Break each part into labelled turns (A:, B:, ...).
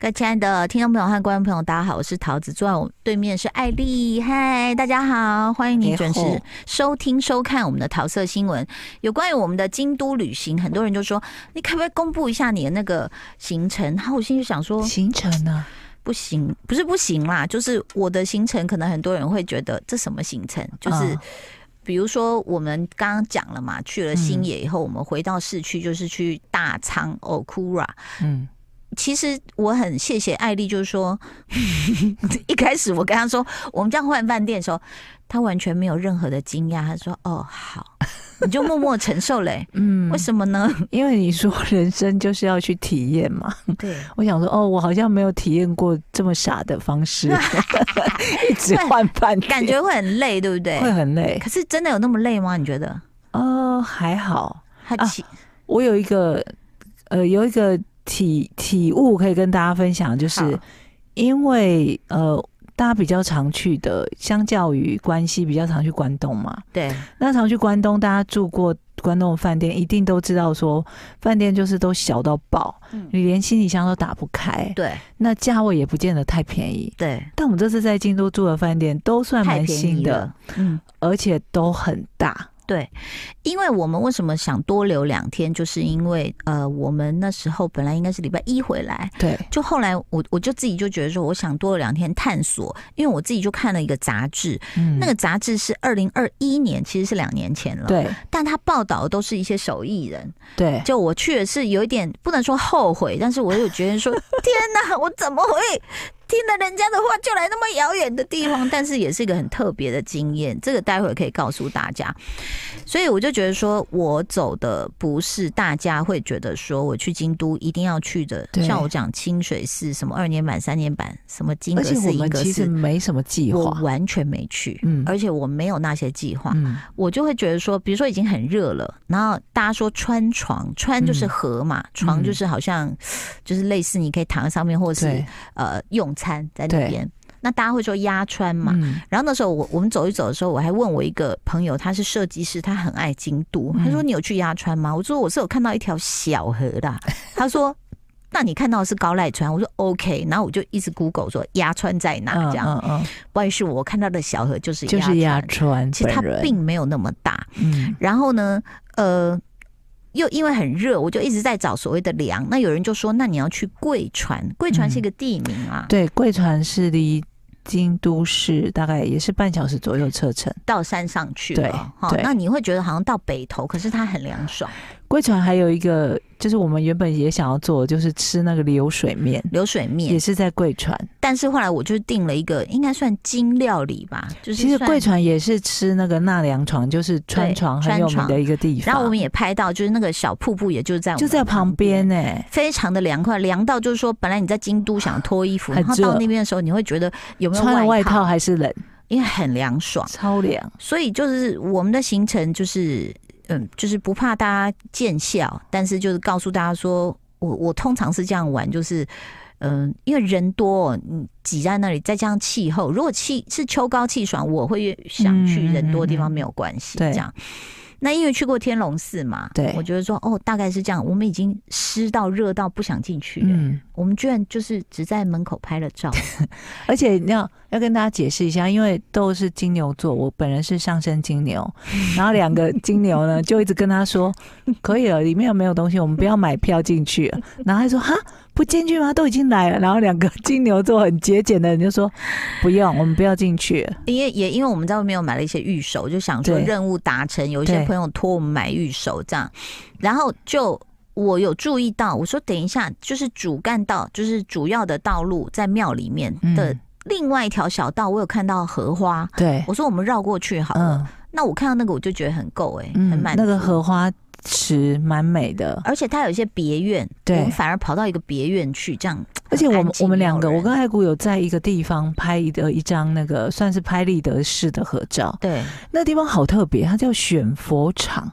A: 各位亲爱的听众朋友和观众朋友，大家好，我是桃子，坐在我对面是艾丽，嗨，大家好，欢迎你准
B: 你
A: 时
B: 哎好
A: 收听收看我们的桃色新闻。有关于我们的京都旅行，很多人就说你可不可以公布一下你的那个行程？然后我心里就想 说，
B: 行程呢？
A: 不行，不是不行啦，就是我的行程，可能很多人会觉得这什么行程？就是
B: 嗯
A: 比如说我们刚刚讲了嘛，去了新野以后，我们回到市区就是去大仓 Okura。
B: 嗯，
A: 其实我很谢谢艾丽，就是说 一开始我跟她说我们这样换饭店的时候，她完全没有任何的惊讶，她说：“哦，好，你就默默承受嘞、
B: 嗯
A: 为什么呢？
B: 因为你说人生就是要去体验嘛，
A: 对，
B: 我想说，哦，我好像没有体验过这么傻的 方式，一直换饭店
A: 感觉会很累，对不对？
B: 会很累。
A: 可是真的有那么累吗？你觉得？
B: 哦，还好，
A: 他
B: 啊
A: 其、
B: 我有一个，呃，有一个体体悟可以跟大家分享，就是
A: 好
B: 因为呃，大家比较常去的，相较于关西比较常去关东嘛，
A: 对，
B: 那常去关东，大家住过关东的饭店，一定都知道说，饭店就是都小到爆，
A: 嗯，
B: 你连行李箱都打不开，
A: 对
B: 那价位也不见得太便宜。
A: 对，
B: 但我们这次在京都住的饭店都算
A: 太
B: 蛮
A: 便
B: 新
A: 宜
B: 的
A: 了，，嗯。
B: 而且都很大。
A: 对，因为我们为什么想多留两天，就是因为呃，我们那时候本来应该是礼拜一回来，
B: 对，
A: 就后来我我就自己就觉得说，我想多留两天探索，因为我自己就看了一个杂志，
B: 嗯
A: 那个杂志是二零二一年，其实是两年前了，，
B: 对
A: 但它报道的都是一些手艺人，
B: 对，
A: 就我去的是有一点不能说后悔，但是我有觉得说，天 哪，我怎么会听了人家的话就来那么遥远的地方？但是也是一个很特别的经验，这个待会儿可以告诉大家。所以我就觉得说，我走的不是大家会觉得说我去京都一定要去的，
B: 对
A: 像我讲清水寺什么二年版、三年版，什么金阁
B: 而且
A: 寺、
B: 我
A: 银
B: 们
A: 阁
B: 其实
A: 寺，
B: 没什么计
A: 我
B: 划。
A: 完全没去，
B: 嗯
A: 而且我没有那些计划。
B: 嗯，
A: 我就会觉得说，比如说已经很热了，然后大家说穿床，穿就是
B: 嗯
A: 合嘛，床就是好像就是类似你可以躺在上面，或者是
B: 对，
A: 呃用餐在那边。那大家会说压穿嘛？
B: 嗯
A: 然后那时候我我们走一走的时候，我还问我一个朋友，他是设计师，他很爱京都，
B: 嗯
A: 他说你有去压川吗？我说我是有看到一条小河啦，他说。那你看到的是高濑川，我说 OK，然后我就一直 Google 说压川在哪
B: 嗯
A: 这样，
B: 嗯嗯，
A: 不好意思，我看到的小河就是
B: 就
A: 鸭
B: 是
A: 川
B: 压，川
A: 其实它
B: 本人，
A: 并没有那么大，
B: 嗯
A: 然后呢，呃，又因为很热，我就一直在找所谓的凉。那有人就说，那你要去贵船，贵船是一个地名啊，
B: 嗯对，贵船是离京都市大概也是半小时左右车程。
A: 到山上去了
B: 对
A: 哈
B: 对
A: 那你会觉得好像到北头，可是它很凉爽，
B: 贵船还有一个，就是我们原本也想要做，就是吃那个流水面，
A: 流水
B: 也
A: 面。
B: 是在贵船。
A: 但是后来我就订了一个，应该算京料理吧，就是
B: 其实
A: 算
B: 贵。船也是吃那个纳凉床，就是川
A: 对
B: 床很
A: 川
B: 有名
A: 床
B: 的一个地方。
A: 然后我们也拍到，就是那个小瀑布，也就是在我们
B: 就在旁
A: 旁
B: 边欸呢、
A: 非常的凉快，凉到就是说，本来你在京都想脱衣服，
B: 很
A: 然后
B: 热
A: 到那边的时候，你会觉得有没有
B: 穿了外
A: 套
B: 套，还是冷，
A: 因为很凉爽。
B: 超凉。
A: 所以就是我们的行程就是，嗯，就是不怕大家见笑，但是就是告诉大家说，我我通常是这样玩，就是。嗯，因为人多，你挤在那里，再加上气候，如果气是秋高气爽，我会想去
B: 嗯
A: 人多的地方
B: 嗯嗯
A: 没有关系。
B: 对
A: 这样，那因为去过天龙寺嘛，
B: 对
A: 我觉得说哦，大概是这样。我们已经湿到热到不想进去了，
B: 嗯，
A: 我们居然就是只在门口拍了照。
B: 而且你要要跟大家解释一下，因为豆是金牛座，我本人是上升金牛，然后两个金牛呢就一直跟他说，可以了，里面有没有东西，我们不要买票进去了。然后他说哈，不进去吗？都已经来了。然后两个金牛座很节俭的人就说，不用，我们不要进去了。
A: 因为也因为我们在外面有买了一些玉手，就想说
B: 对
A: 任务达成，有一些
B: 对
A: 朋友托我们买玉手这样，然后就我有注意到，我说等一下，就是主干道，就是主要的道路在庙里面的
B: 嗯
A: 另外一条小道，我有看到荷花，
B: 对，
A: 我说我们绕过去好了。
B: 嗯
A: 那我看到那个我就觉得很够哎、很
B: 嗯，
A: 满足。
B: 那个荷花池蛮美的。
A: 而且它有一些别院，我
B: 对
A: 们反而跑到一个别院去，这样。
B: 而且我
A: 很安
B: 们
A: 静
B: 我们两个，
A: 没有人
B: 我跟艾谷有在一个地方拍的一张那个算是拍立得式的合照，
A: 对
B: 那地方好特别，它叫选佛场。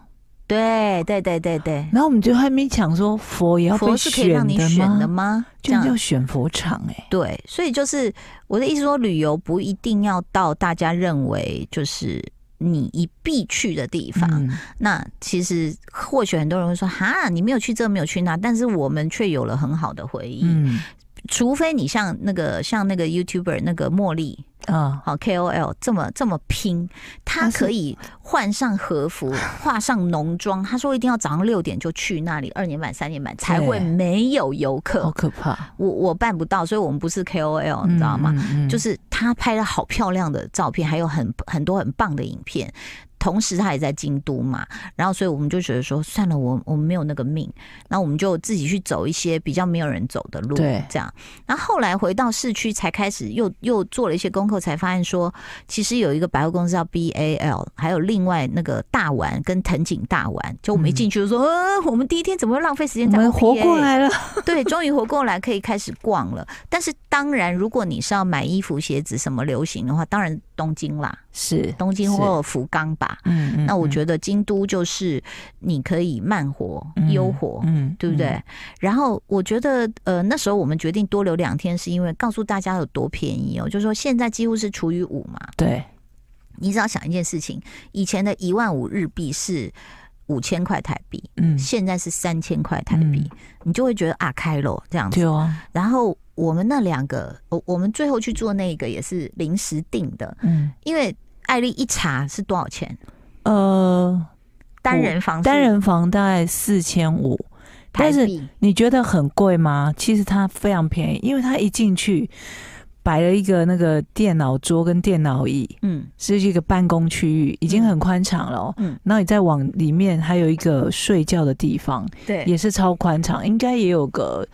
A: 对对对对对，
B: 然后我们就还没想说佛也要被
A: 佛是可以让你
B: 的
A: 选的
B: 吗？
A: 吗？
B: 居
A: 这
B: 然
A: 样。
B: 叫选佛场哎、
A: 对，所以就是我的意思说，旅游不一定要到大家认为就是你一必去的地方。
B: 嗯，
A: 那其实或许很多人会说，哈，你没有去这，没有去那，但是我们却有了很好的回忆。
B: 嗯
A: 除非你像那个像那个 YouTuber 那个茉莉，
B: 啊、
A: 好 KOL 这么这么拼，他
B: 他啊是
A: 可以换上和服，化上浓妆。他说一定要早上六点就去那里，二点半、三点半才会
B: 对哦
A: 没有游
B: 好
A: 客。
B: 可怕，
A: 我我办不到，所以我们不是 KOL，你知哦道吗？
B: 嗯？嗯嗯
A: 就是他拍了好漂亮的照片，还有很很多很棒的影片。同时，他也在京都嘛，然后所以我们就觉得说，算了，我我们没有那个命，那我们就自己去走一些比较没有人走的路，
B: 对
A: 这样。然后后来回到市区，才开始又又做了一些功课，才发现说，其实有一个百货公司叫 BAL，还有另外那个大丸跟藤井大丸，就我们一
B: 嗯
A: 进去就说，呃，我们第一天怎么会浪费时间
B: 我
A: 在 OPA？
B: 们活过来了，
A: 对，终于活过来，可以开始逛了。但是当然，如果你是要买衣服、鞋子什么流行的话，当然东京啦，
B: 是
A: 东京或者福冈吧。
B: 嗯嗯
A: 那我
B: 得
A: 觉得京都就是你可以慢活、悠活。
B: 嗯
A: 对不对？？然后我觉得，呃，那时候我们决定多留两天，是因为告诉大家有多便宜哦。就是说现在几乎是除以五嘛，
B: 对，
A: 你只要想一件事情，以前的一万五日币是五千块台币，
B: 嗯，
A: 现在是三千块台币，你就会觉得啊，开了这样子。
B: 对啊，
A: 然后我们那两个，我我们最后去做那个也是临时定的，
B: 嗯
A: 因为艾丽一查是多少钱，
B: 呃，
A: 单人房是
B: 单人房大概四千五，
A: 台
B: 但是
A: 币，
B: 你觉得很贵吗？其实它非常便宜，因为它一进去摆了一个那个电脑桌跟电脑椅，
A: 嗯
B: 是一个办公区域，已经很宽敞了、哦。
A: 嗯
B: 嗯，然后你再往里面还有一个睡觉的地方，
A: 对
B: 也是超宽敞，应该也有个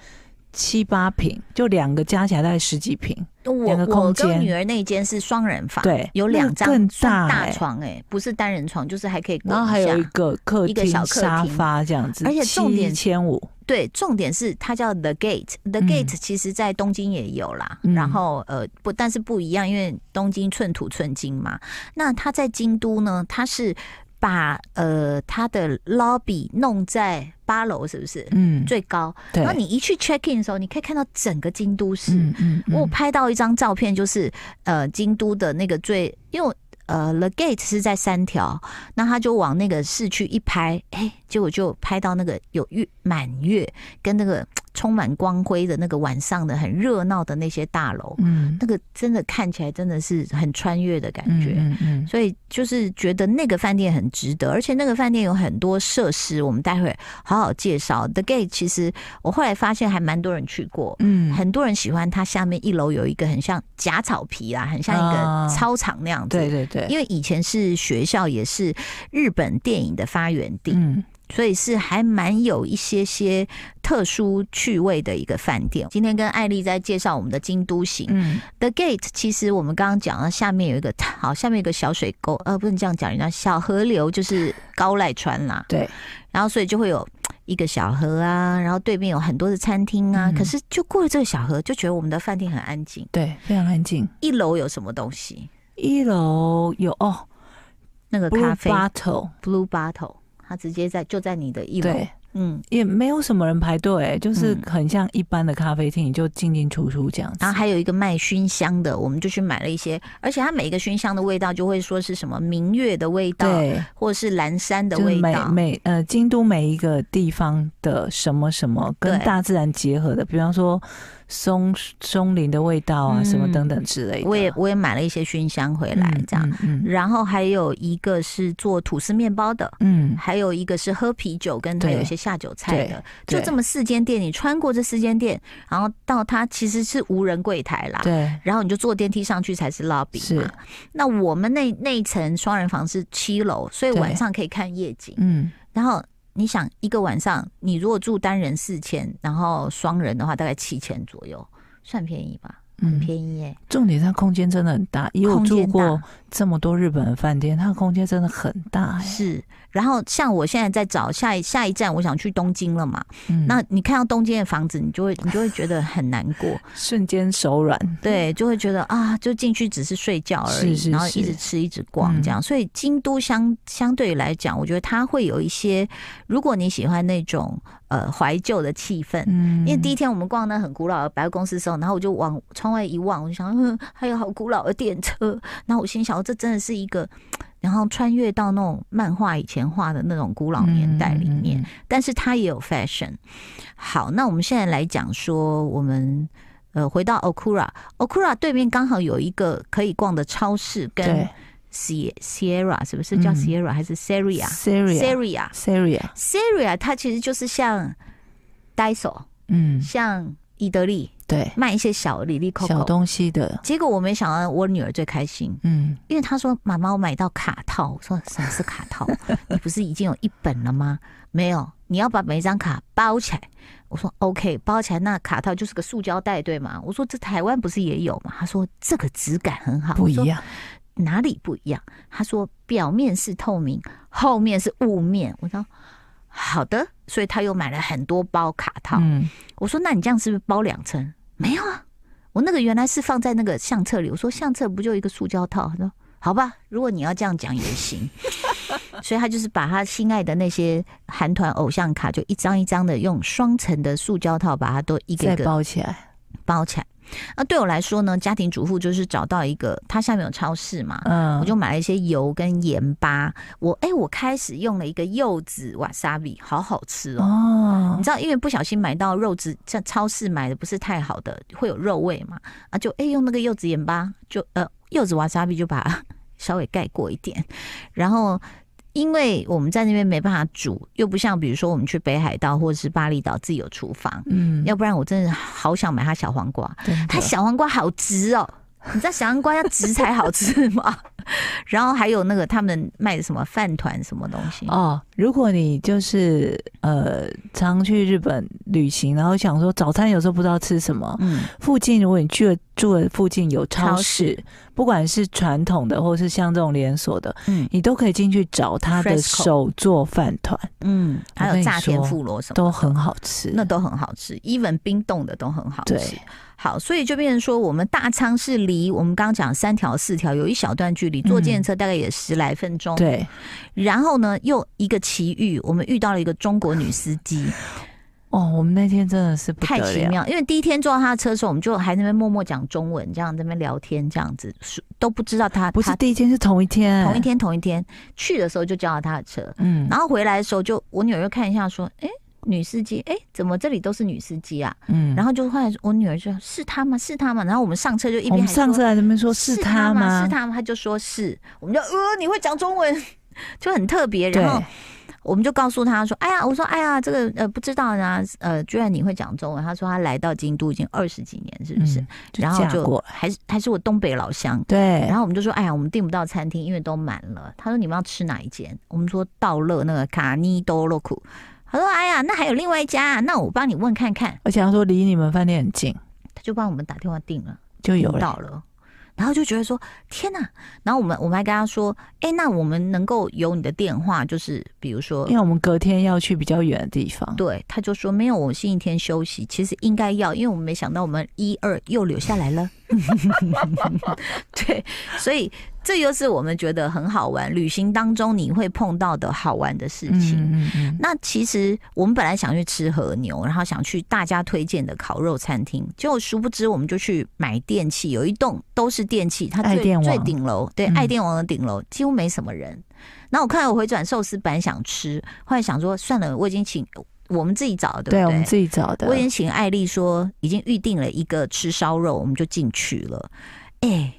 B: 七八平，就两个加起来大概十几平。
A: 我
B: 两个
A: 我
B: 空间
A: 跟女儿那一间是双人房，
B: 对，
A: 有两张
B: 那更
A: 算
B: 大、
A: 大
B: 欸
A: 床哎、不是单人床，就是还可以滚
B: 然后还
A: 一下
B: 有一个客
A: 一个小
B: 厅、
A: 客厅
B: 沙发这样子，
A: 而且重点
B: 千五，
A: 对，重点是它叫 The Gate，The
B: 嗯
A: Gate 其实在东京也有啦，
B: 嗯
A: 然后呃不，但是不一样，因为东京寸土寸金嘛。那它在京都呢，它是把呃它的 lobby 弄在八楼，是不是、
B: 嗯，
A: 最高？
B: 对
A: 然后，你一去 check in 的时候，你可以看到整个京都市。
B: 嗯嗯
A: 我有
B: 嗯，
A: 拍到一张照片，就是呃京都的那个最，因为我呃 The Gate 是在三条，那他就往那个市区一拍，哎、结果就拍到那个有月满月跟那个嘖充满光辉的那个晚上的很热闹的那些大楼，
B: 嗯
A: 那个真的看起来真的是很穿越的感
B: 嗯
A: 觉。
B: 嗯嗯，
A: 所以就是觉得那个饭店很值得，而且那个饭店有很多设施，我们待会好好介绍。The Gate 其实我后来发现还蛮多人去过，
B: 嗯
A: 很多人喜欢它下面一楼有一个很像假草皮啦，很像一
B: 啊
A: 个操场那样子。
B: 对对对，
A: 因为以前是学校，也是日本电影的发源地，
B: 嗯
A: 所以是还蛮有一些些特殊趣味的一个饭店。今天跟艾丽在介绍我们的京都行、
B: 嗯
A: The Gate，其实我们刚刚讲了，下面有一个好，下面有一个小水沟，呃，不能这样讲，人家小河流就是高濑川啦，
B: 对，
A: 然后所以就会有一个小河啊，然后对面有很多的餐厅啊。
B: 嗯
A: 可是就过了这个小河，就觉得我们的饭店很安静。
B: 对，非常安静。
A: 一楼有什么东西？
B: 一楼有哦
A: 那个咖
B: ，Blue
A: 啡
B: Bottle，
A: Blue Bottle，它直接在就在你的一楼
B: 对。，
A: 嗯，
B: 也没有什么人排队，就是
A: 嗯
B: 很像一般的咖啡厅，你就进进出出这样子
A: 然。后还有一个卖熏香的，我们就去买了一些，而且它每一个熏香的味道就会说是什么明月的味道，
B: 对，
A: 或者是蓝山的
B: 就是
A: 味
B: 每
A: 道。
B: 每呃，京都每一个地方的什么什么跟
A: 对
B: 大自然结合的，比方说松松林的味道啊，
A: 嗯
B: 什么等等之类的。
A: 我也我也买了一些熏香回来，这样。，
B: 嗯嗯
A: 然后还有一个是做吐司面包的，
B: 嗯，
A: 还有一个是喝啤酒，跟它
B: 对
A: 有一些下酒菜的，
B: 对
A: 就
B: 对
A: 这么四间店，你穿过这四间店，然后到它其实是无人柜台啦。
B: 对，
A: 然后你就坐电梯上去才是 lobby 嘛
B: 是，
A: 那我们那那一层双人房是七楼，所以
B: 对
A: 晚上可以看夜景。
B: 嗯，
A: 然后你想一个晚上，你如果住单人四千，然后双人的话大概七千左右，算便宜吧？很
B: 嗯
A: 便宜耶、
B: 重点它空间真的很大，因为我
A: 空
B: 住
A: 间大
B: 过这么多日本的饭店，它的空间真的很大、哎
A: 是。然后像我现在在找下一下一站，我想去东京了嘛？
B: 嗯，
A: 那你看到东京的房子，你就会你就会觉得很难 过。
B: 瞬间手软。
A: 对，就会觉得啊，就进去只是睡觉而已，
B: 是是嗯
A: 然后一直
B: 是
A: 吃一直逛这样。所以京都相相对来讲，我觉得它会有一些，如果你喜欢那种呃怀旧的气氛。
B: 嗯，
A: 因为第一天我们逛那很古老的百货公司的时候，然后我就往窗外一望，我就想， 嗯，还有好古老的电车。然后我心想，这真的是一个，然后穿越到那种漫画以前画的那种古老年代里面。
B: 嗯，嗯嗯
A: 但是它也有 fashion。好，那我们现在来讲说我们呃，回到 Okura，Okura 对面刚好有一个可以逛的超市，跟
B: 对
A: Sie- Sierra 是不是叫
B: 嗯
A: Sierra、还是 Seria？Seria
B: ，Syria Syria，
A: Sierra 它其实就是像 Daiso，
B: 嗯，
A: 像伊德利
B: 对，
A: 卖一些小里里扣
B: 小
A: 扣。
B: 东西的，
A: 结果我没想到我女儿最开心，
B: 嗯，
A: 因为她说：“妈妈，我买到卡套。”我说：“什么是卡 套？你不是已经有一本了吗？没有，你要把每一张卡包起来。”我说：“OK，包起来，那卡套就是个塑胶袋，对吗？”我说：“这台湾不是也有吗？”她说：“这个质感很好。”
B: 不一
A: 我说，
B: 样，
A: 哪里不一样？她说：“表面是透明，后面是雾面。”我说：“好的。”所以她又买了很多包卡套。
B: 嗯，
A: 我说：“那你这样是不是包两层？”没有啊，我那个原来是放在那个相册里。我说：“相册不就一个塑胶套？”他说：“好吧，如果你要这样讲也行。” 所以他就是把他心爱的那些韩团偶像卡，就一张一张的用双层的塑胶套把它都一个
B: 再
A: 一个
B: 包起来，
A: 包起来。那对我来说呢，家庭主妇就是找到一个，它下面有超市嘛，
B: 嗯，
A: 我就买了一些油跟盐巴。我哎、我开始用了一个柚子瓦萨比，好好吃哦。
B: 哦
A: 你，知道，因为不小心买到肉质，在超市买的不是太好的，会有肉味嘛？啊就，哎用那个柚子盐巴，就呃柚子瓦萨比就把它稍微盖过一点， 然后。因为我们在那边没办法煮，又不像比如说我们去北海道或者是巴厘岛自己有厨房，
B: 嗯，
A: 要不然我真的好想买它小黄 瓜。
B: 真的
A: 它小黄瓜好直哦，你知道小黄瓜要直才好吃吗？ 然后还有那个他们卖的什么饭团什么东西，
B: 哦，如果你就是呃常去日本旅行，然后想说早餐有时候不知道吃什么，
A: 嗯，
B: 附近如果你去了住的附近有超
A: 超
B: 市，
A: 市
B: 不管是传统的或是像这种连锁的，
A: 嗯
B: 你都可以进去找他的
A: Fresco
B: 手做饭团，
A: 嗯，
B: 我
A: 还
B: 跟
A: 有
B: 你
A: 炸甜
B: 说
A: 富罗什么的
B: 都很好吃。
A: 那都很好吃，even 冰冻的都很好
B: 对
A: 吃。好，所以就变成说，我们大仓是离我们刚刚讲三条四条有一小段距离，坐电车大概也十来分钟。、
B: 嗯对，
A: 然后呢，又一个奇遇，我们遇到了一个中国女司机，
B: 哦，我们那天真的 是不
A: 太
B: 得
A: 奇
B: 了，
A: 妙。因为第一天坐到她的车的时候，我们就还在那边默默讲中文，这样在那边聊天，这样子是都不知道她
B: 不是
A: 她
B: 第一天，是同一天，
A: 同一，天同一天去的时候就叫到她的车，
B: 嗯，
A: 然后回来的时候就我女儿又看一下说，哎、女司机，哎、怎么这里都是女司机啊？
B: 嗯，
A: 然后就后来我女儿就说：“是他吗？是他吗？”然后我们上车就一
B: 哦我
A: 边还
B: 们上
A: 说
B: 次来这边说
A: 是
B: 他
A: 吗？
B: 吗？
A: 是他吗？他就说是，我们就呃你会讲中文，就很特别。
B: 对
A: 然后我们就告诉他说：“哎呀，我说哎呀，这个呃不知道啊，呃居然你会讲中文。”他说他来到京都已经二十几年，是不是？
B: 嗯就
A: 然后
B: 嫁
A: 就
B: 过
A: 还是还是我东北老乡。
B: 对，
A: 然后我们就说：“哎呀，我们订不到餐厅，因为都满了。”他说：“你们要吃哪一间？”我们说：“道乐那个卡尼多洛库。”他说：“哎呀，那还有另外一家啊，那我帮你问看看。”
B: 而且他说离你们饭店很近，
A: 他就帮我们打电话订了，
B: 就有
A: 订
B: 了。
A: 到了，然后就觉得说天哪！然后我们我们还跟他说，哎、那我们能够有你的电话，就是比如说
B: 因，为我们隔天要去比较远的地方，
A: 对，他就说没有，我星期天休息，其实应该要，因为我们没想到我们一二又留下来了， 对，所以这就是我们觉得很好玩，旅行当中你会碰到的好玩的事情。
B: 嗯嗯嗯，
A: 那其实我们本来想去吃和牛，然后想去大家推荐的烤肉餐厅，结果殊不知我们就去买电器，有一栋都是电器，它
B: 爱
A: 最
B: 电王
A: 最顶楼，对，
B: 嗯
A: 爱电王的顶楼几乎没什么人。那我看到我回转寿司本来想吃，后来想说算了，我已经请我们自己找，对不
B: 对
A: 对？
B: 我们自己找的，
A: 我已经请艾丽说已经预定了一个吃烧肉，我们就进去了。哎、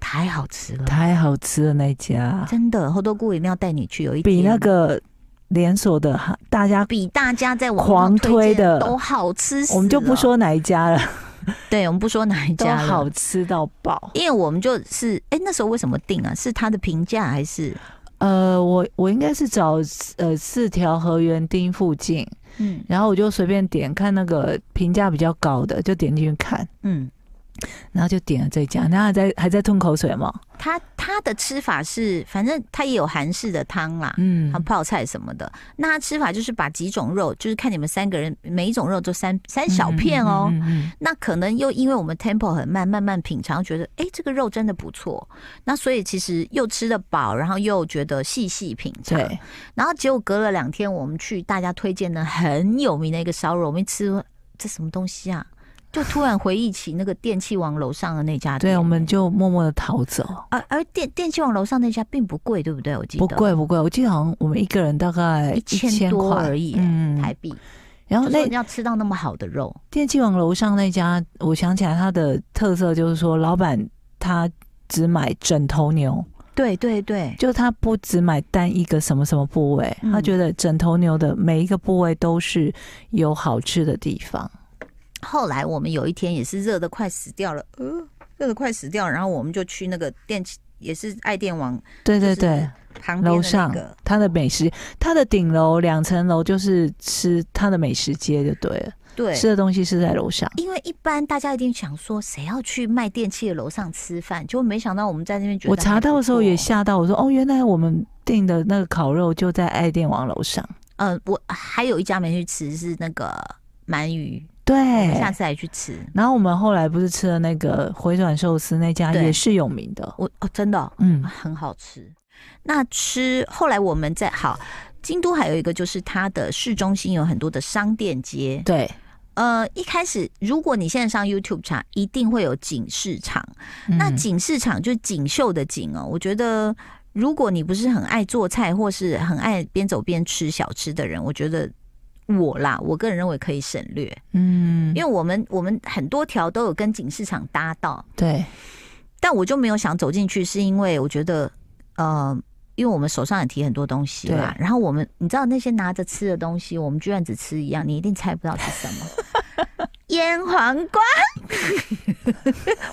A: 太好吃了，
B: 太好吃了那家，
A: 真的，后多姑一定要带你去，有一
B: 比
A: 天
B: 那个连锁的哈大家，
A: 比大家在网上推荐
B: 狂推的
A: 都好吃死了
B: 我们就不，说哪一家了，
A: 对，我们不说哪一
B: 都
A: 家了
B: 好，吃到爆。
A: 因为我们就是，哎、那时候为什么定啊？是他的评价还是
B: 呃，我我应该是找呃四条河园町附近，
A: 嗯
B: 然后我就随便点看那个评价比较高的，就点进去看，
A: 嗯，
B: 然后就点了这家，然后还在还在吞口水嘛，
A: 他他的吃法是，反正他也有韩式的汤啦。
B: 嗯
A: 还有，泡菜什么的，那他吃法就是把几种肉，就是看你们三个人每一种肉就三三小片哦。
B: 嗯，嗯嗯嗯
A: 那可能又因为我们 tempo 很慢，慢慢品尝，觉得哎、诶这个肉真的不错。那所以其实又吃得饱，然后又觉得细细品尝。
B: 对，
A: 然后结果隔了两天，我们去大家推荐的很有名的一个烧肉，我们一吃这什么东西啊？就突然回忆起那个电器王楼上的那家店，
B: 对，我们就默默的逃走。
A: 而而电电器王楼上那家并不贵，对不对？我记得
B: 不贵不贵，我记得好像我们一个人大概
A: 1000
B: 1000
A: 多
B: 块
A: 而已
B: 嗯，
A: 台币，
B: 然后
A: 就说
B: 那
A: 你要吃到那么好的肉，
B: 电器网楼上那家，我想起来它的特色就是说，老板他只买整头牛，
A: 对对对，
B: 就他不只买单一个什么什么部位，
A: 嗯
B: 他觉得整头牛的每一个部位都是有好吃的地方。
A: 后来我们有一天也是热的快死掉了，呃，热的快死掉了，然后我们就去那个电器，也是爱电网
B: 对对
A: 就是
B: 对，
A: 旁边
B: 楼
A: 的那
B: 上
A: 个，
B: 它的美食，它的顶楼两层楼就是吃它的美食街就对了，
A: 对，
B: 吃的东西是在楼上。
A: 因为一般大家一定想说，谁要去卖电器的楼上吃饭？结果没想到我们在那边觉得
B: 我查到的时候也
A: 想。
B: 吓到，我说哦，原来我们订的那个烤肉就在爱店王楼上。
A: 呃，我还有一家没去吃是那个鳗鱼，我
B: 对
A: 们，下次还去吃。
B: 然后我们后来不是吃了那个回转寿司那家
A: 对
B: 也是有名的，
A: 我哦，真的哦、
B: 嗯，
A: 很好吃。那吃后来我们在好京都还有一个就是它的市中心有很多的商店街。
B: 对，
A: 呃，一开始如果你现在上 YouTube 查，一定会有景市场。那
B: 嗯
A: 景市场就是锦绣的景哦，我觉得。如果你不是很爱做菜，或是很爱边走边吃小吃的人，我觉得我啦，我个人认为可以省略。
B: 嗯，
A: 因为我们我们很多条都有跟景市场搭到，
B: 对，
A: 但我就没有想走进去，是因为我觉得，呃，因为我们手上也提很多东西啦，然后我们你知道那些拿着吃的东西，我们居然只吃一样，你一定猜不到是什么。腌黄瓜，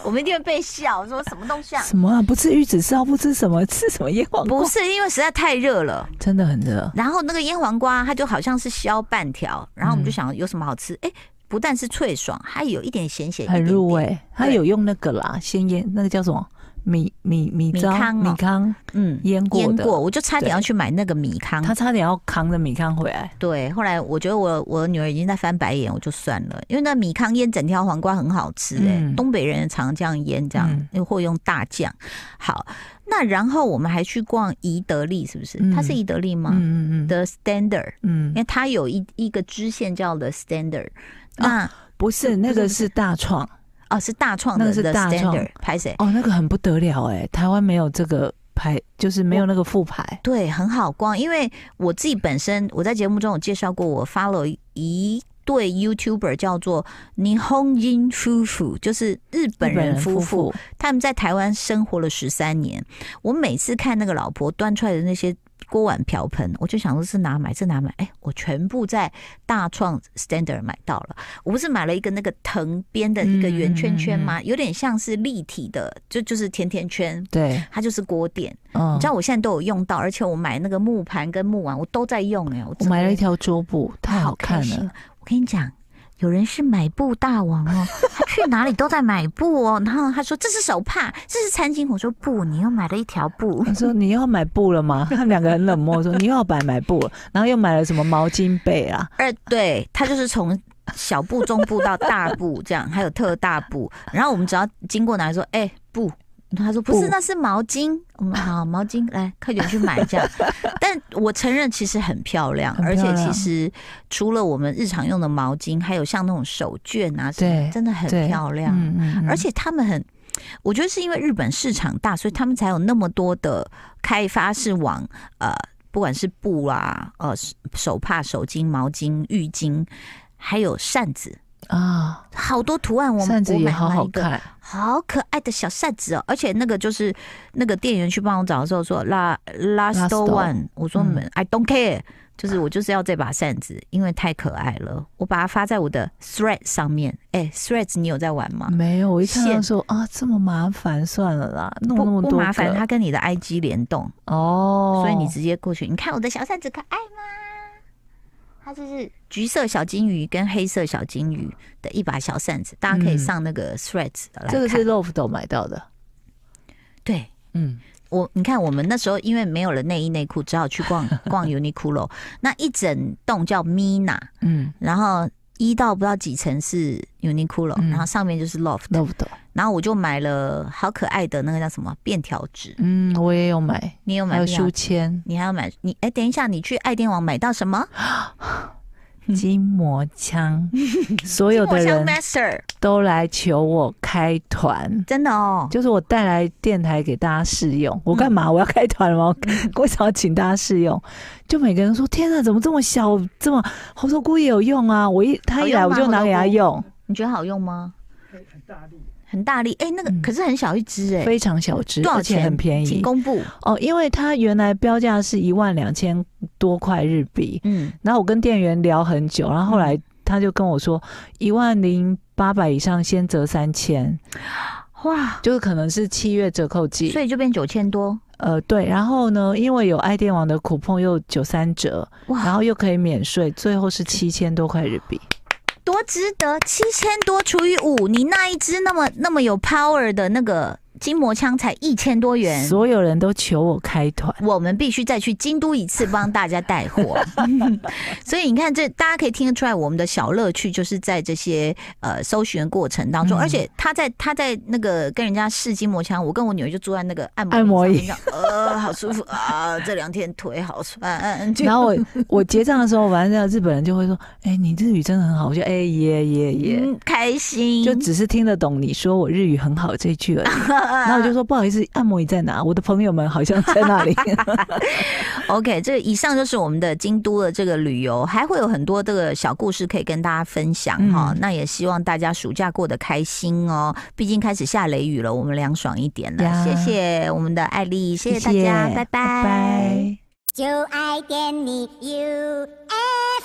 A: 我们一定会被笑，说什么东西啊？
B: 什么啊？不吃玉子烧，不吃什么，吃什么腌黄瓜？
A: 不是，因为实在太热了。
B: 真的很热，
A: 然后那个腌黄瓜，它就好像是削半条，然后我们就
B: 嗯
A: 想有什么好吃？哎、不但是脆爽，还有一点咸咸，
B: 很
A: 一点
B: 入
A: 点。
B: 味。它
A: 对
B: 有用那个啦，先腌那个叫什么米米米
A: 米
B: 糟
A: 糠哦
B: 米糠，
A: 嗯，
B: 腌过
A: 腌
B: 的，
A: 过，我就差点
B: 对
A: 要去买那个米糠。
B: 他差点要扛着米糠回来。
A: 对，后来我觉得我我女儿已经在翻白眼，我就算了，因为那米糠腌整条黄瓜很好吃哎、
B: 嗯
A: 东北人常这样腌，这样、
B: 嗯
A: 又或用大酱。好，那然后我们还去逛宜得利，是不是？
B: 嗯
A: 它是宜得利吗、
B: 嗯嗯嗯
A: t h e Standard，因
B: 嗯，
A: 为它有一一个支线叫 The Standard，那哦
B: 不是那个是大创
A: 是大创
B: 那
A: 的
B: 个是
A: The
B: 大创
A: Standard，拍谁？
B: 哦，那个很不得了哎、台湾没有这个牌，就是没有那个副牌。
A: 对，很好逛，因为我自己本身我在节目中有介绍过，我 follow 一对 YouTuber 叫做 Nihonjin 夫妇，就是日本人夫妇，，他们在台湾生活了十三年。我每次看那个老婆端出来的那些锅碗瓢盆，我就想说是哪买，是哪买？哎，我全部在大创 Standard 买到了。我不是买了一个那个藤编的一个圆圈圈
B: 嗯
A: 吗？有点像是立体的，就就是甜甜圈，
B: 对，
A: 它就是锅垫。
B: 嗯
A: 你知，道我现在都有用到，而且我买那个木盘跟木碗，我都在用哎、我
B: 我
A: 真的
B: 买了一条桌布，太好看
A: 开心
B: 了。。
A: 我跟你讲，有人是买布大王哦，他去哪里都在买布哦。然后他说这是手帕，这是餐巾。我说不，你又买了一条 布。
B: 他说：“你要买布 了吗？”他们两个很冷漠，说：“你又要买买布了。”然后又买了什么毛巾被啊？
A: 呃，对，他就是从小布、中布到大布这样，还有特大布。然后我们只要经过哪里说，哎、布。他说不是，
B: 布
A: 那是毛巾。我们好，毛巾来，快点去买这样。 但我承认，其实很漂亮，
B: 很
A: 而
B: 漂
A: 且
B: 亮
A: 其实除了我们日常用的毛巾，还有像那种手绢啊什么，
B: 对
A: 真的很
B: 对
A: 漂亮。
B: 嗯嗯，
A: 而且他们很，我觉得是因为日本市场大，所以他们才有那么多的开发是往呃，不管是布啊、呃手帕、手巾、毛巾、浴巾，还有扇子，
B: 啊，
A: 好多图案我。我
B: 扇子也
A: 买
B: 好
A: 了
B: 好
A: 一个啊
B: 看，
A: 好可爱的小扇子哦！而且那个就是那个店员去帮我找的时候说，la last
B: Last
A: one，我说
B: 嗯
A: I don't care，就是我就是要这把扇子，因为太可爱了，我把它发在我的 thread 上面。哎，threads 你有在玩吗？
B: 没有，我一看到
A: 线
B: 说啊，这么麻烦，算了啦，弄
A: 不
B: 那么多
A: 不麻烦，
B: 个
A: 它跟你的 IG 联动，
B: 哦，
A: 所以你直接过去，你看我的小扇子可爱吗？它就是橘色小金鱼跟黑色小金鱼的一把小扇子，大家可以
B: 嗯
A: 上那个 Threads 来看。
B: 这个是 Loft 买到的，
A: 对
B: 嗯，
A: 我，你看我们那时候因为没有了内衣内裤，只好去逛 逛 Uniqlo，那一整栋叫 Mina，
B: 嗯
A: 然后。一到不知道几层是 Uniqlo，、
B: 嗯
A: 然后上面就是 Loft，
B: ，Loft，
A: 然后我就买了好可爱的那个叫什么便条纸，
B: 嗯，我也有买，
A: 你有
B: 还
A: 买
B: 有
A: 便条
B: 书签，
A: 你还要买你哎、等一下，你去爱电网买到什么？
B: 筋膜 枪，所有的人
A: master
B: 都来求我开团。
A: 真的哦，
B: 就是我带来电台给大家试用，我干
A: 嗯
B: 嘛？我要开团了吗？我想要请大家试用，就每个人说：“天哪，怎么这么小？这么猴头菇也有用啊！”我一他一来
A: 好用吗
B: 我就拿给他用，
A: 你觉得好用吗？很大力，很大力。哎，那个
B: 嗯
A: 可是很小一只哎，
B: 非常小只，
A: 多少
B: 而且
A: 钱
B: 很便
A: 请
B: 宜
A: 公布。
B: 哦。因为它原来标价是一万两千多块日币，
A: 嗯，
B: 然后我跟店员聊很久，然后后来他就跟我说：“一万零八百以上先折三千，
A: 哇，
B: 就是可能是七月折扣季。”
A: 所以就变九千多
B: 呃，对，然后呢，因为有爱电网的苦碰又九三折，然
A: 哇，
B: 后又可以免税，最后是七千多块日币。
A: 多值得！七千多除以五，你那一只那么那么有 power 的那个筋膜枪才一千多元。
B: 所有人都求我开团，
A: 我们必须再去京都一次，帮大家带 货。所以你看这，大家可以听得出来，我们的小乐趣就是在这些呃搜寻过程当中，
B: 嗯
A: 而且他在他在那个跟人家试筋膜枪，我跟我女儿就坐在那个按摩
B: 按摩
A: 椅上面，这样呃，好舒服啊！这两天腿好酸，嗯嗯，就
B: 然后我我结账的时候，反正那个日本人就会说：“哎、你日语真的很好。”我就哎耶耶耶，
A: 嗯开心，
B: 就只是听得懂你说我日语很好这句而已。 然
A: 然
B: 后我就说：“不好意思，按摩椅在哪？我的朋友们好像在 那里。
A: OK，这以上就是我们的京都的这个旅游，还会有很多这个小故事可以跟大家分享哈、
B: 嗯
A: 那也希望大家暑假过得开心哦，毕竟开始下雷雨了，我们凉爽一点了。
B: 呀
A: 谢谢我们的艾丽，谢谢大家，拜拜。
B: 拜拜
C: 就爱点你 UFO。